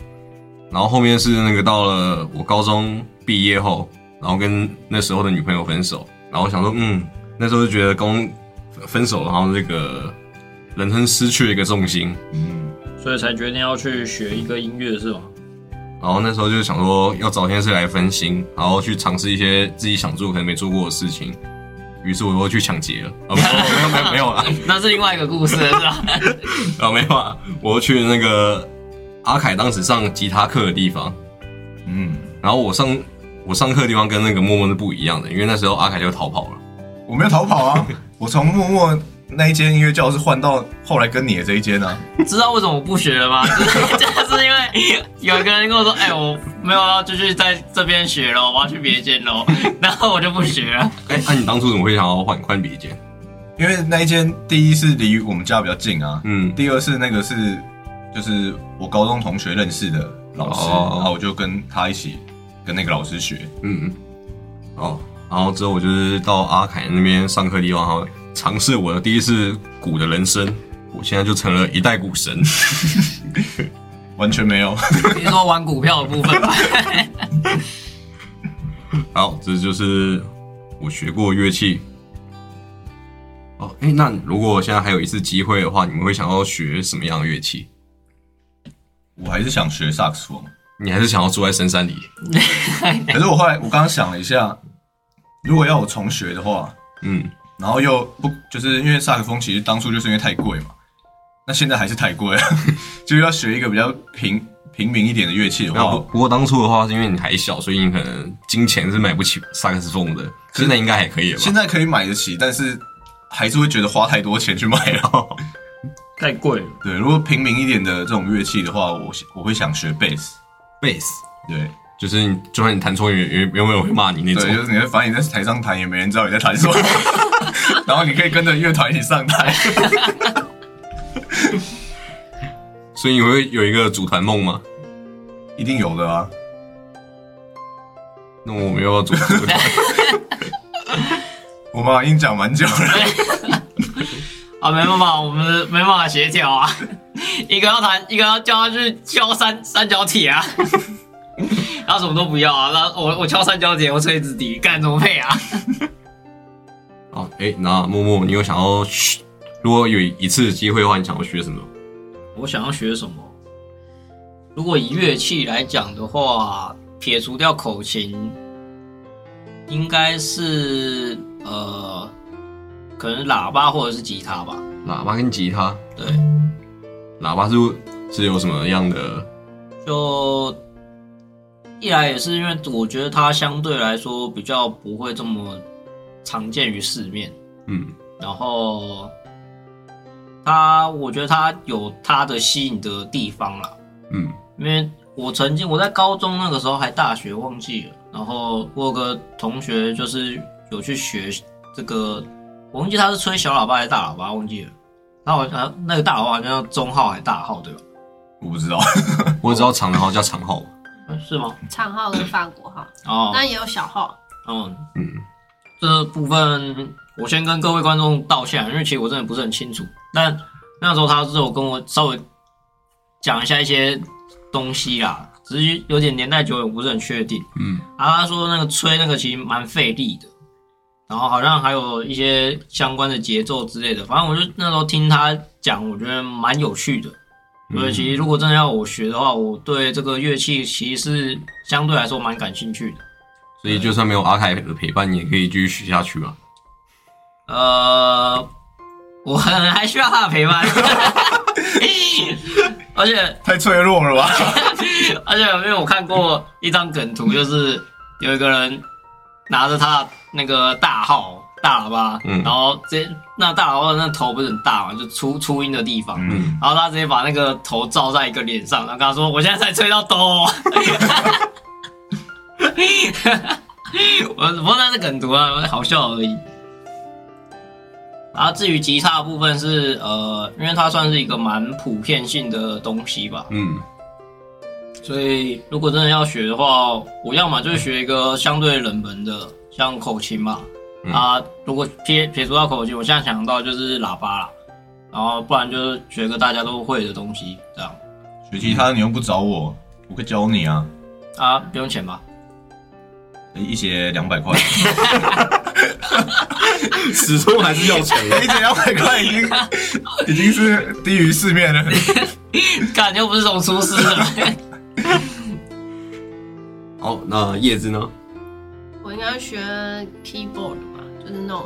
Speaker 1: 然后后面是那个到了我高中毕业后，然后跟那时候的女朋友分手，然后我想说，嗯，那时候就觉得刚分手，然后这个人生失去了一个重心。
Speaker 2: 嗯，
Speaker 3: 所以才决定要去学一个音乐是吗？
Speaker 1: 然后那时候就想说要找天师来分心，然后去尝试一些自己想做可能没做过的事情。于是我又去抢劫了，啊、 没有没有没有没有啦，
Speaker 3: 那是另外一个故事了是吧？
Speaker 1: 啊没有啊，我又去那个阿凯当时上吉他课的地方，
Speaker 2: 嗯，
Speaker 1: 然后我上我上课的地方跟那个默默是不一样的，因为那时候阿凯就逃跑了。
Speaker 2: 我没有逃 跑啊，我从默默那一间音乐教室换到后来跟你的这一间啊。
Speaker 3: 知道为什么我不学了吗？ 就是就是因为有一个人跟我说，哎、我没有要继续在这边学了，我要去别间喽， 然后我就不学了。
Speaker 1: 哎、那、你当初怎么会想要换换别间？
Speaker 2: 因为那一间第一是离我们家比较近啊，
Speaker 1: 嗯，
Speaker 2: 第二是那个是就是我高中同学认识的老师，
Speaker 1: 哦
Speaker 2: 然后我就跟他一起跟那个老师学。
Speaker 1: 嗯，哦，然后之后我就是到阿凯那边上课地方，然后尝试我的第一次鼓的人生，我现在就成了一代鼓神。
Speaker 2: 完全没有，
Speaker 3: 你说玩股票的部分吧，
Speaker 1: 好，这就是我学过乐器。哦，哎、那如果现在还有一次机会的话，你们会想要学什么样的乐器？
Speaker 2: 我还是想学萨克斯风。
Speaker 1: 你还是想要住在深山里？
Speaker 2: 可是我后来我刚刚想了一下，如果要我重学的话，
Speaker 1: 嗯，
Speaker 2: 然后又不就是因为萨克斯风其实当初就是因为太贵嘛，那现在还是太贵了，啊 就要学一个比较平平民一点的乐器的
Speaker 1: 那不
Speaker 2: 话，
Speaker 1: 不过当初的话，是因为你还小，所以你可能金钱是买不起萨克斯风的。现在应该还可以了吧？
Speaker 2: 现在可以买得起，但是还是会觉得花太多钱去买了。
Speaker 3: 太贵了。
Speaker 2: 对，如果平民一点的这种乐器的话，我我会想学贝斯。
Speaker 1: 贝斯
Speaker 2: 对，
Speaker 1: 就是你，就算你弹错音乐，原原本会骂你那种
Speaker 2: 对，。就是你会发现你在台上弹也没人知道你在弹什 么，然后你可以跟着乐团一起上台。
Speaker 1: 所以你会有一个组团梦吗？
Speaker 2: 一定有的啊，
Speaker 1: 那我们又要组组 团？
Speaker 2: 我们已经讲蛮久了。
Speaker 3: 啊，没办法，我们没办法协调啊， 一个要弹，一个要叫他去敲三三角铁啊， 他什么都不要啊，那我我敲三角铁，我吹直笛，干什么配啊？
Speaker 1: 哦，哎、那默默，你有想要学？如果有一次机会的话，你想要学什么？
Speaker 3: 我想要学什么？如果以乐器来讲的话，撇除掉口琴，应该是呃，可能喇叭或者是吉他吧。
Speaker 1: 喇叭跟吉他，
Speaker 3: 对，
Speaker 1: 喇叭是是有什么样的？
Speaker 3: 就一来也是因为我觉得它相对来说比较不会这么常见于市面，
Speaker 1: 嗯，
Speaker 3: 然后它我觉得它有它的吸引的地方啦。
Speaker 1: 嗯，
Speaker 3: 因为我曾经我在高中那个时候还大学忘记了，然后我有个同学就是有去学这个，我忘记他是吹小喇叭还是大喇叭，忘记了。然后我呃那个大喇叭好像叫中号还是大号对吧？
Speaker 2: 我不知道，
Speaker 1: 我只知道长号叫长号，
Speaker 3: 呃是吗？
Speaker 4: 长号跟法国号，
Speaker 3: 哦，
Speaker 4: 那也有小号。
Speaker 3: 嗯，
Speaker 1: 嗯，
Speaker 3: 这部分我先跟各位观众道歉，因为其实我真的不是很清楚。但那时候他是有跟我稍微讲一下一些东西啦，只是有点年代久远，我不是很确定。
Speaker 1: 嗯，
Speaker 3: 然后他说那个吹那个其实蛮费力的，然后好像还有一些相关的节奏之类的。反正我就那时候听他讲，我觉得蛮有趣的。
Speaker 1: 嗯
Speaker 3: 所以其实如果真的要我学的话，我对这个乐器其实是相对来说蛮感兴趣的。
Speaker 1: 所以就算没有阿凯的陪伴，你也可以继续学下去嘛。
Speaker 3: 呃，我很还需要他的陪伴， 而且
Speaker 2: 太脆弱了吧？
Speaker 3: 而且因为我看过一张梗图，就是有一个人拿着他的那个大号大喇叭，
Speaker 1: 嗯
Speaker 3: 然后直接那大喇叭的那头不是很大嘛，就出出音的地方。
Speaker 2: 嗯，
Speaker 3: 然后他直接把那个头罩在一个脸上，然后跟他说：“我现在才吹到哦哆。” 我不过那是梗图啊，好笑而已。然后至于吉他的部分是呃，因为它算是一个蛮普遍性的东西吧，
Speaker 1: 嗯，
Speaker 3: 所以如果真的要学的话，我要么就是学一个相对冷门的，像口琴嘛。
Speaker 1: 嗯
Speaker 3: 啊，如果撇撇除到口琴，我现在想到就是喇叭啦，然后不然就是学个大家都会的东西，这样
Speaker 2: 学吉他你又不找我，我可以教你啊，
Speaker 3: 啊，不用钱吧？
Speaker 2: 一节两百块。
Speaker 1: 始终还是要钱的。
Speaker 2: 一千两百块已经已经是低于市面 了。
Speaker 3: 干又不是从厨师的，
Speaker 1: 好，那叶子呢？
Speaker 4: 我应该学 keyboard 吧，就是那种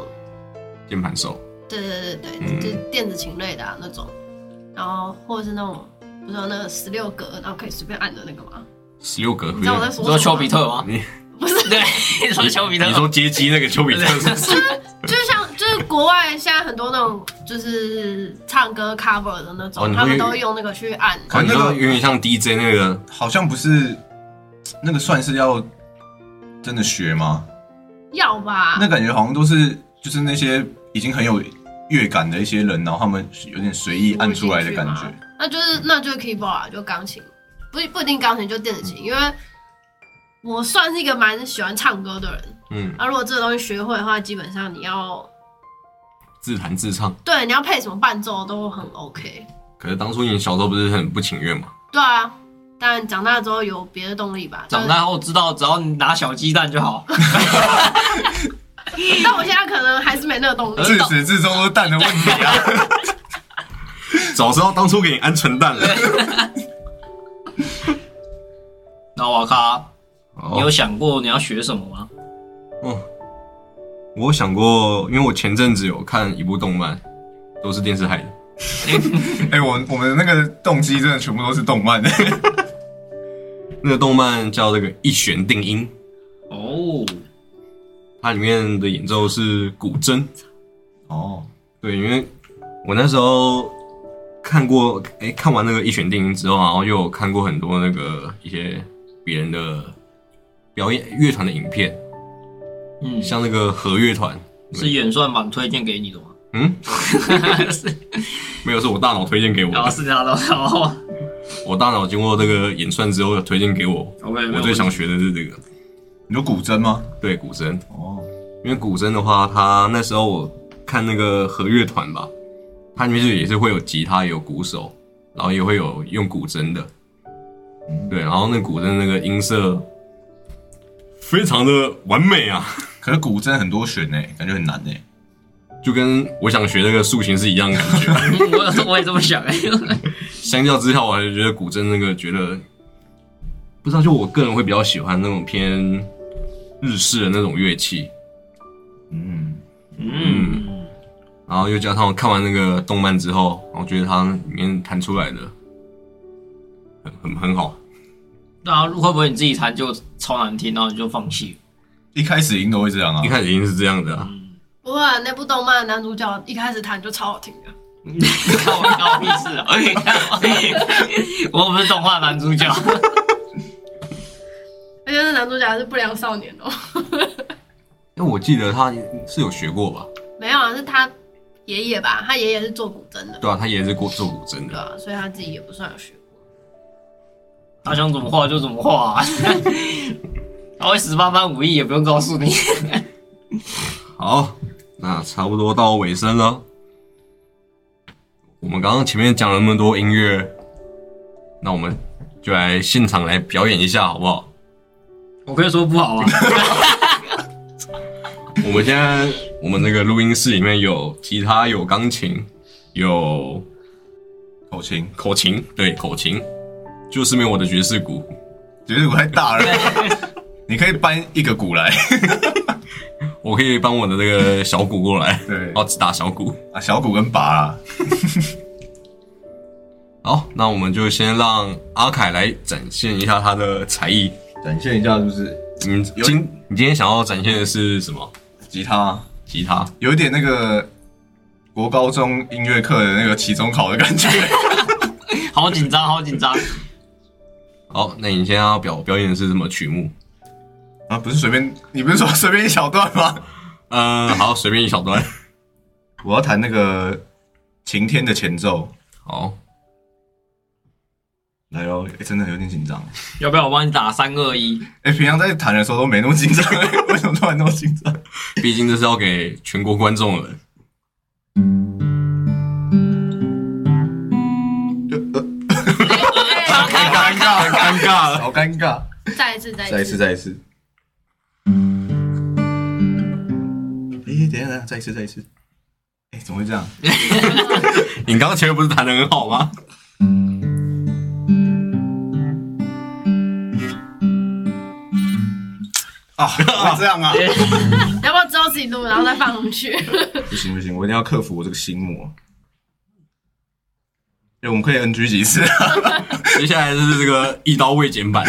Speaker 1: 键盘手，
Speaker 4: 对对对对，
Speaker 1: 嗯
Speaker 4: 就是电子琴类的、啊、那种，然后或者是那种不知道那个十六格，然后可以随便按的那个嘛。
Speaker 1: 十六格。
Speaker 4: 你知道我在 说
Speaker 3: 你说
Speaker 4: 什
Speaker 3: 丘
Speaker 4: 么
Speaker 3: 比
Speaker 4: 吗？
Speaker 3: 特吗？
Speaker 1: 嗯你
Speaker 4: 不是，
Speaker 3: 对，你说丘比特
Speaker 1: 你，说接机那个丘比 特是不是？
Speaker 4: 就是像就是国外现在很多那种就是唱歌 cover 的那种，
Speaker 1: 哦你会
Speaker 4: 他们都用那个去按。
Speaker 1: 哦你说有点像 DJ 那个
Speaker 2: 好像不是那个算是要真的学吗？
Speaker 4: 要吧？
Speaker 2: 那感觉好像都是就是那些已经很有乐感的一些人，然后他们有点随意按出来的感
Speaker 4: 录进去
Speaker 2: 觉
Speaker 4: 嘛。那就是那就是 keyboard 啊，就钢琴，不不一定钢琴，就电子琴，因为我算是一个蛮喜欢唱歌的人。
Speaker 1: 嗯
Speaker 4: 那、如果这个东西学会的话，基本上你要
Speaker 1: 自弹自唱。
Speaker 4: 对你要配什么伴奏都很 OK。
Speaker 1: 可是当初你小时候不是很不情愿吗？
Speaker 4: 对啊，但长大之后有别的动力吧。
Speaker 3: 长大后知道，只要你拿小鸡蛋就好。
Speaker 4: 但，但我现在可能还 是没那个动力。
Speaker 2: 自始至终都是蛋的问题啊！
Speaker 1: 早知道当初给你鹌鹑蛋了。
Speaker 3: 那瓦卡，你有
Speaker 1: 哦，
Speaker 3: 想过你要学什么吗？
Speaker 1: 哦我有想过，因为我前阵子有看一部动漫，都是电视害的。
Speaker 2: 哎、我我们那个动机真的全部都是动漫的。
Speaker 1: 那个动漫叫这个《一弦定音》，
Speaker 3: 哦，
Speaker 1: 它里面的演奏是古筝。
Speaker 2: 哦，
Speaker 1: 对，因为我那时候看过，哎、看完那个《一拳定音》之后，然后又有看过很多那个一些别人的表演乐团的影片，
Speaker 3: 嗯，
Speaker 1: 像那个和乐团，
Speaker 3: 是演算版推荐给你的吗？
Speaker 1: 嗯，
Speaker 3: 是，
Speaker 1: 没有是我大脑推荐给我
Speaker 3: 然后
Speaker 1: 的，
Speaker 3: 是他的，然 后
Speaker 1: 我大脑经过这个演算之后推荐给我，
Speaker 3: OK，没有
Speaker 1: 我最想
Speaker 3: 问题
Speaker 1: 学的是这个，
Speaker 2: 你说古筝吗？
Speaker 1: 对，古筝。
Speaker 2: 哦，
Speaker 1: 因为古筝的话，它那时候我看那个和乐团吧，它里面就也是会有吉他，也有鼓手，然后也会有用古筝的，对，然后那古筝那个音色非常的完美啊，
Speaker 2: 可是古筝很多弦呢、感觉很难呢、欸
Speaker 1: 就跟我想学那个竖琴是一样的感 觉。
Speaker 3: 我我也这么想哎，
Speaker 1: 相较之下，我还是觉得古筝那个觉得不知道，就我个人会比较喜欢那种偏日式的那种乐器，
Speaker 2: 嗯，
Speaker 3: 嗯，
Speaker 1: 然后又加上我看完那个动漫之后，我觉得它里面弹出来的很很很好。
Speaker 3: 那会啊不会你自己弹就超难听，然后你就放 弃？
Speaker 2: 一开始音都会这样啊
Speaker 1: 一。开始已经是这样的啊，
Speaker 3: 嗯，
Speaker 4: 不过那部动漫的男主角一开始弹就超好听的，
Speaker 3: 看我搞屁事啊！ 我不是动画男主角，
Speaker 4: 而且那男主角还是不良少年哦、
Speaker 1: 因为我记得他是有学过吧？
Speaker 4: 没有啊，是他爷爷吧？他爷爷是做古筝的，
Speaker 1: 对啊，他也是过做古筝
Speaker 4: 对
Speaker 1: 的。
Speaker 4: 啊，所以他自己也不算有 学过。
Speaker 3: 他想怎么画就怎么画啊， 他会十八般武艺也不用告诉你。
Speaker 1: 好，那差不多到尾声了。我们刚刚前面讲了那么多音乐，那我们就来现场来表演一下好不好？
Speaker 3: 我可以说不好啊，
Speaker 1: 我们现在我们那个录音室里面有吉他，有钢琴，有
Speaker 2: 口琴，
Speaker 1: 口琴，对，口琴，就是没有我的爵士鼓。
Speaker 2: 觉得鼓太大 了。你可以搬一个鼓来
Speaker 1: 我可以帮我的那个小鼓过来，
Speaker 2: 对
Speaker 1: 我只打小鼓。
Speaker 2: 啊，小鼓跟拔啦。
Speaker 1: 好，那我们就先让阿凯来展现一下他的才艺。
Speaker 2: 展现一下，就是
Speaker 1: 你
Speaker 2: 有
Speaker 1: 今你今天想要展现的是什么？
Speaker 2: 吉他，
Speaker 1: 吉他？
Speaker 2: 有一点那个国高中音乐课的那个期中考的感 觉。
Speaker 3: 好紧张，好紧张。
Speaker 1: 好，那你现在要表表演的是什么曲目？
Speaker 2: 啊，不是随便，你不是说随便一小段吗？
Speaker 1: 嗯， 好，随便一小段。
Speaker 2: 我要弹那个《晴天》的前奏，
Speaker 1: 好，
Speaker 2: 来喽！哎、真的有点紧张。
Speaker 3: 要不要我帮你打三二一？
Speaker 2: 哎、平常在弹的时候都没那么紧 张，为什么突然那么紧张？
Speaker 1: 毕竟这是要给全国观众的。
Speaker 4: 哎
Speaker 1: 尴尬，尴尬了。
Speaker 2: 好尴尬。
Speaker 4: 再一次，再
Speaker 2: 再一
Speaker 4: 一
Speaker 2: 次，
Speaker 4: 次，
Speaker 2: 再一次。一等一下，等一下，再一次，再一次。哎、怎么会这样？
Speaker 1: 你刚刚前面不是弹的很好吗？
Speaker 2: 啊，怎么会 这样啊？
Speaker 4: 要不要之后自己录，然后再放回去？
Speaker 2: 不行不行，我一定要克服我这个心魔。哎，我们可以 NG 几次 啊？
Speaker 1: 接下来是这个一刀未剪版，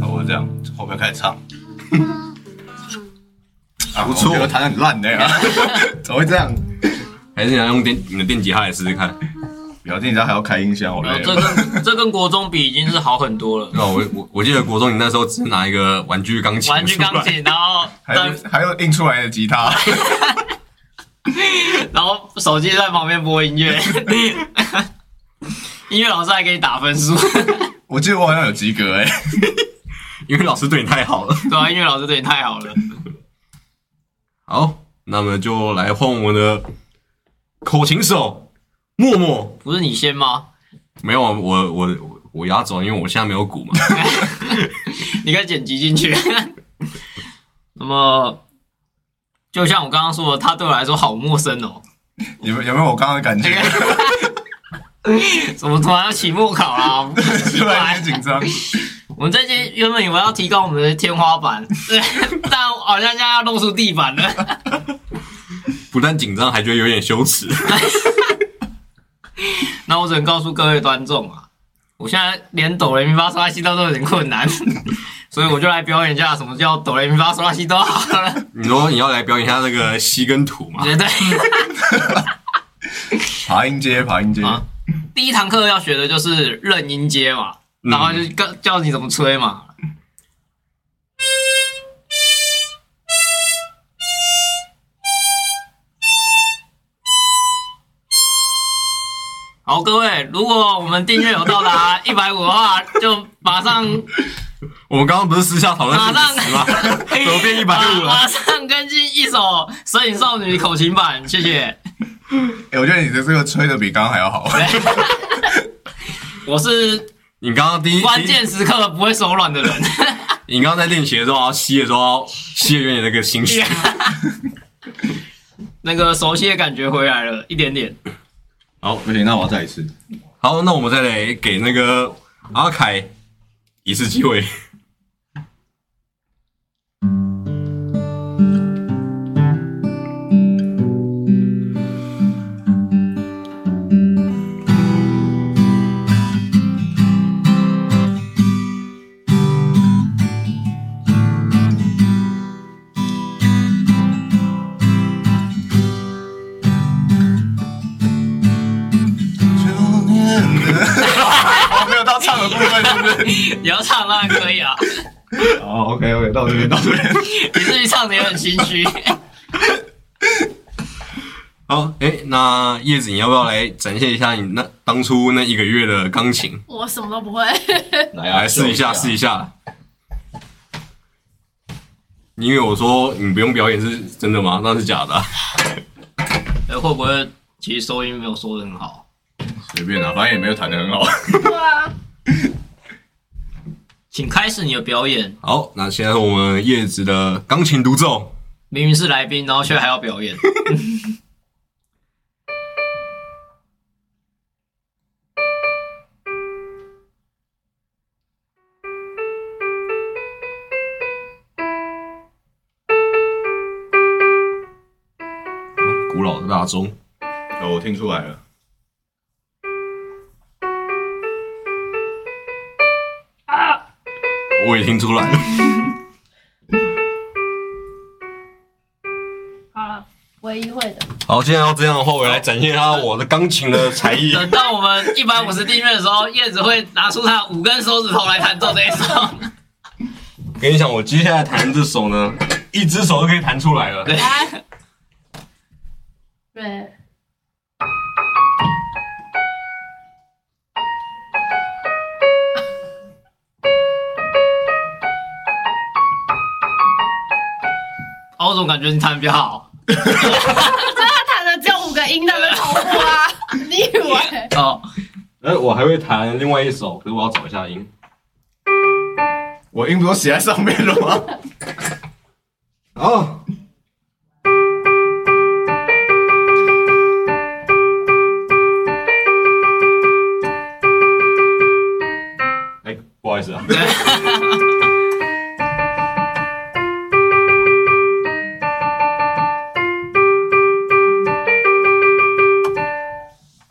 Speaker 2: 好，我这样后面开始唱。 啊，不
Speaker 1: 错
Speaker 2: 我觉得弹得很烂的、欸啊， 怎么会这样？
Speaker 1: 还是你要用电你的电吉他来试试看？
Speaker 2: 表弟，你知道还要开音箱，我
Speaker 3: 然
Speaker 2: 累
Speaker 3: 后呃这
Speaker 2: 了。
Speaker 3: 跟这跟国中比已经是好很多 了。
Speaker 1: 那我我我记得国中你那时候只是拿一个玩具钢琴，
Speaker 3: 玩具钢，琴，然后
Speaker 2: 还有还有印出来的吉他，
Speaker 3: 然后手机在旁边播音乐， 音乐老师还给你打分数，
Speaker 2: 我记得我好像有及格哎、
Speaker 1: 因为老师对你太好了。
Speaker 3: 对啊，音乐老师对你太好了。
Speaker 1: 好，那么就来换我们的口琴手默默。
Speaker 3: 不是你先吗？
Speaker 1: 没有啊，我我我我压轴，因为我现在没有鼓嘛。
Speaker 3: 你可以剪辑进去。那么，就像我刚刚说的，他对我来说好陌生哦。
Speaker 2: 有没有有没有我刚刚的感觉？
Speaker 3: 怎么突然要期末考啦、啊？
Speaker 2: 突然间紧张，
Speaker 3: 我们这些原本以为要提高我们的天花板，但好像现在要露出地板了。
Speaker 1: 不但紧张，还觉得有点羞耻。
Speaker 3: 那我只能告诉各位观众啊，我现在连哆来咪发嗦拉西哆都有点困难， 所以我就来表演一下什么叫哆来咪发嗦拉西哆好了。
Speaker 1: 你说你要来表演一下这个西跟土嘛？
Speaker 3: 绝对。
Speaker 2: 爬音阶，爬音阶。
Speaker 3: 啊 第一堂课要学的就是认音阶嘛，
Speaker 1: 嗯
Speaker 3: 然后就教教你怎么吹嘛。好，各位，如果我们订阅有到达一百五的话，就马上
Speaker 1: 我们刚刚不是私下讨论
Speaker 3: 马上
Speaker 1: 是死吗？ 怎么变一百五啊
Speaker 3: 马
Speaker 1: 了？
Speaker 3: 马上跟进一首《摄影少女》口琴版，谢谢。
Speaker 2: 哎、我觉得你的这个吹的比刚刚还要好。
Speaker 3: 我是
Speaker 1: 你刚刚第一
Speaker 3: 关键时刻不会手软 的人。
Speaker 1: 你刚刚在练习的时候要吸的时候要吸的有点那个心虚。
Speaker 3: 那个熟悉的感觉回来了一点点。
Speaker 2: 好， 不行，那我要再一次。
Speaker 1: 好，那我们再来给那个阿凯一次机会。
Speaker 2: 九年 了，哦我没有到唱的部分，是不是？
Speaker 3: 你要唱当然可以啊，
Speaker 2: 哦，OK OK，到这边，到这边。
Speaker 3: 你自己唱的也很心 虚。
Speaker 1: 好，哎、那叶子，你要不要来展现一下你那当初那一个月的钢琴？
Speaker 4: 我什么都不 会，
Speaker 2: 来啊
Speaker 1: 来试一下，啊试一
Speaker 2: 下。
Speaker 1: 下。你以为我说你不用表演是真的吗？那是假的啊、
Speaker 3: 呃，会不会其实收音没有收的很好？
Speaker 2: 随便啦、反正也没有弹的很 好。
Speaker 4: 对啊，
Speaker 3: 请开始你的表演。
Speaker 1: 好，那现在是我们叶子的钢琴独奏。
Speaker 3: 明明是来宾，然后却还要 表演。
Speaker 1: 古老的大钟，
Speaker 2: 哦，我听出来了。
Speaker 1: 我也听出来了。
Speaker 4: 好了，唯一会的，
Speaker 1: 好，既然要这样的话，我来展现一下我的钢琴的才艺。
Speaker 3: 等到我们一百五十订阅的时候，叶子会拿出他五根手指头来弹奏这一 首。
Speaker 1: 跟你讲，我接下来弹这首呢，一只手就可以弹出来了。
Speaker 3: 对，
Speaker 4: 来，对，
Speaker 3: 我总感觉你弹得比较好
Speaker 4: 他弹的只有五个音，他们重复 啊？你以为？
Speaker 3: 哦。
Speaker 1: 呃，我还会弹另外一首，可是我要找一下音。
Speaker 2: 我音不都写在上面了吗？
Speaker 1: 哦，哎，不好意思啊，
Speaker 3: 对，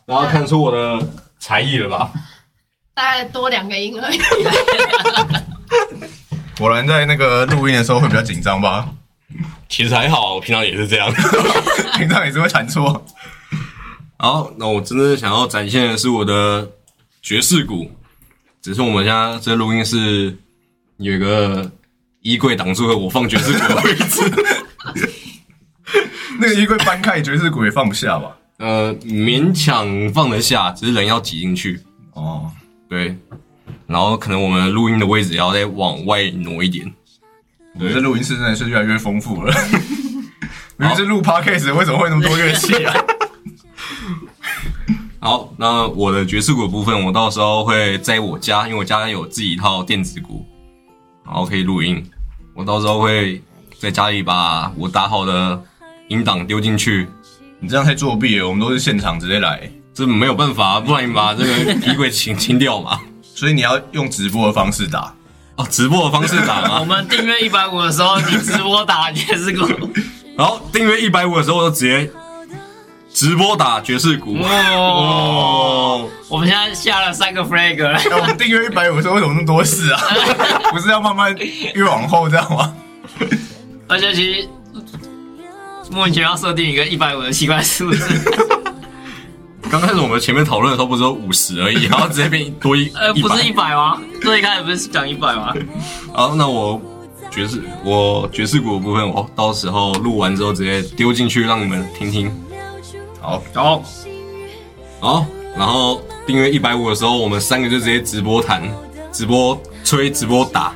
Speaker 1: 大家看出我的才艺了吧？
Speaker 4: 大概多两个音而已。
Speaker 2: 果然在那个录音的时候会比较紧张吧，
Speaker 1: 其实还好，我平常也是这样。
Speaker 2: 平常也是会弹错。
Speaker 1: 好，那我真正想要展现的是我的爵士鼓，只是我们家这录音室有一个衣柜挡住了我放爵士鼓的位置，
Speaker 2: 那个衣柜搬开，爵士鼓也放不下吧？
Speaker 1: 呃，勉强放得下，只是人要挤进去，
Speaker 2: 哦，
Speaker 1: 对，然后可能我们录音的位置也要再往外挪一点，
Speaker 2: 我们这录音室真的是越来越丰富了。 明明是录 podcast，的为什么会那么多乐器啊？
Speaker 1: 好，那我的爵士鼓的部分，我到时候会在我家，因为我家有自己一套电子鼓，然后可以录音。我到时候会在家里把我打好的音档丢进去，
Speaker 2: 你这样太作弊了，我们都是现场直接来，
Speaker 1: 这没有办法，不然你把这个衣柜清清掉嘛。
Speaker 2: 所以你要用直播的方式打。
Speaker 1: 哦，直播的方式打
Speaker 3: 我
Speaker 1: 嘛。
Speaker 3: 们订阅一百五的时候，你直播打爵士鼓，
Speaker 1: 然后订阅一百五的时候，我就直接直播打爵士鼓。
Speaker 3: 哦，我们现在下了三个 flag 了。
Speaker 2: 哎，我们订阅一百，我说为什么那么多事啊？ 不是要慢慢越往后这样吗？
Speaker 3: 而且其实莫名其妙设定一个一百五的奇怪数 字，
Speaker 1: 刚开始我们前面讨论的时候不是说五十而已，然后直接变多一，
Speaker 3: 呃，不是
Speaker 1: 100
Speaker 3: 一百吗？最开始不是讲一百吗？
Speaker 1: 好，那我爵士我爵士鼓的部分，我到时候录完之后直接丢进去让你们听听。
Speaker 2: 好，
Speaker 3: 哦，
Speaker 1: 好，然后订阅一百五的时候，我们三个就直接直播弹、直播吹、直播打。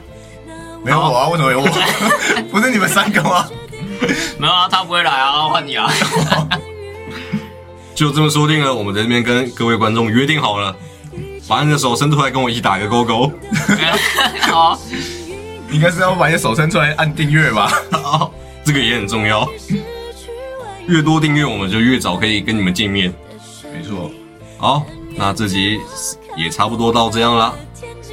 Speaker 2: 没有我啊？为什么有我？ 不是你们三个吗？
Speaker 3: 没有啊，他不会来啊，换你 啊。
Speaker 1: 就这么说定了，我们在这边跟各位观众约定好了，把你的手伸出来跟我一起打个勾勾。
Speaker 3: 好啊，
Speaker 2: 应该是要把你的手伸出来按订阅吧？
Speaker 1: 好，这个也很重要，越多订阅我们就越早可以跟你们见面。
Speaker 2: 没错，
Speaker 1: 好，那这集也差不多到这样啦。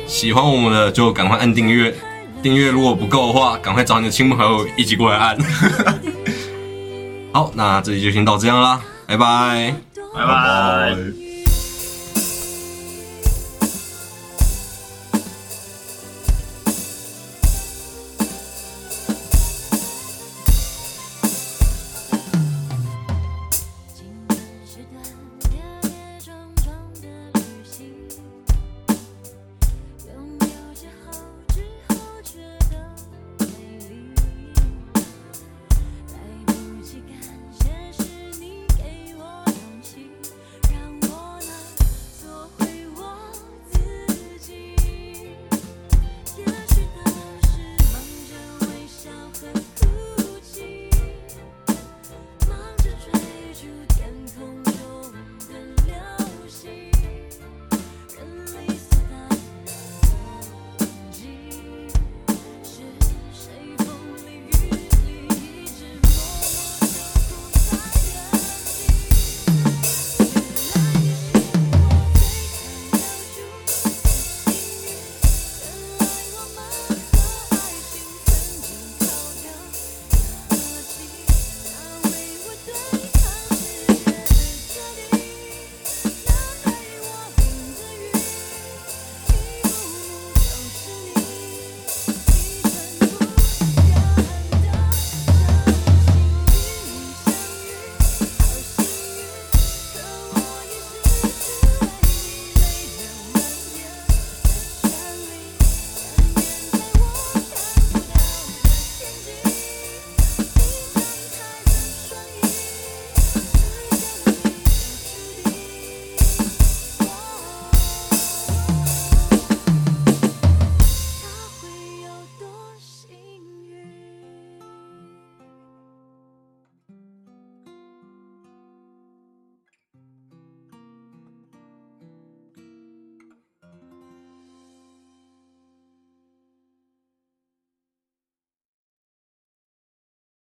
Speaker 1: 喜欢我们的就赶快按订阅，订阅如果不够的话，赶快找你的亲朋好友一起过来按。 好，那这集就先到这样啦，拜拜。
Speaker 3: 拜拜。。
Speaker 5: 今天是段跌跌撞撞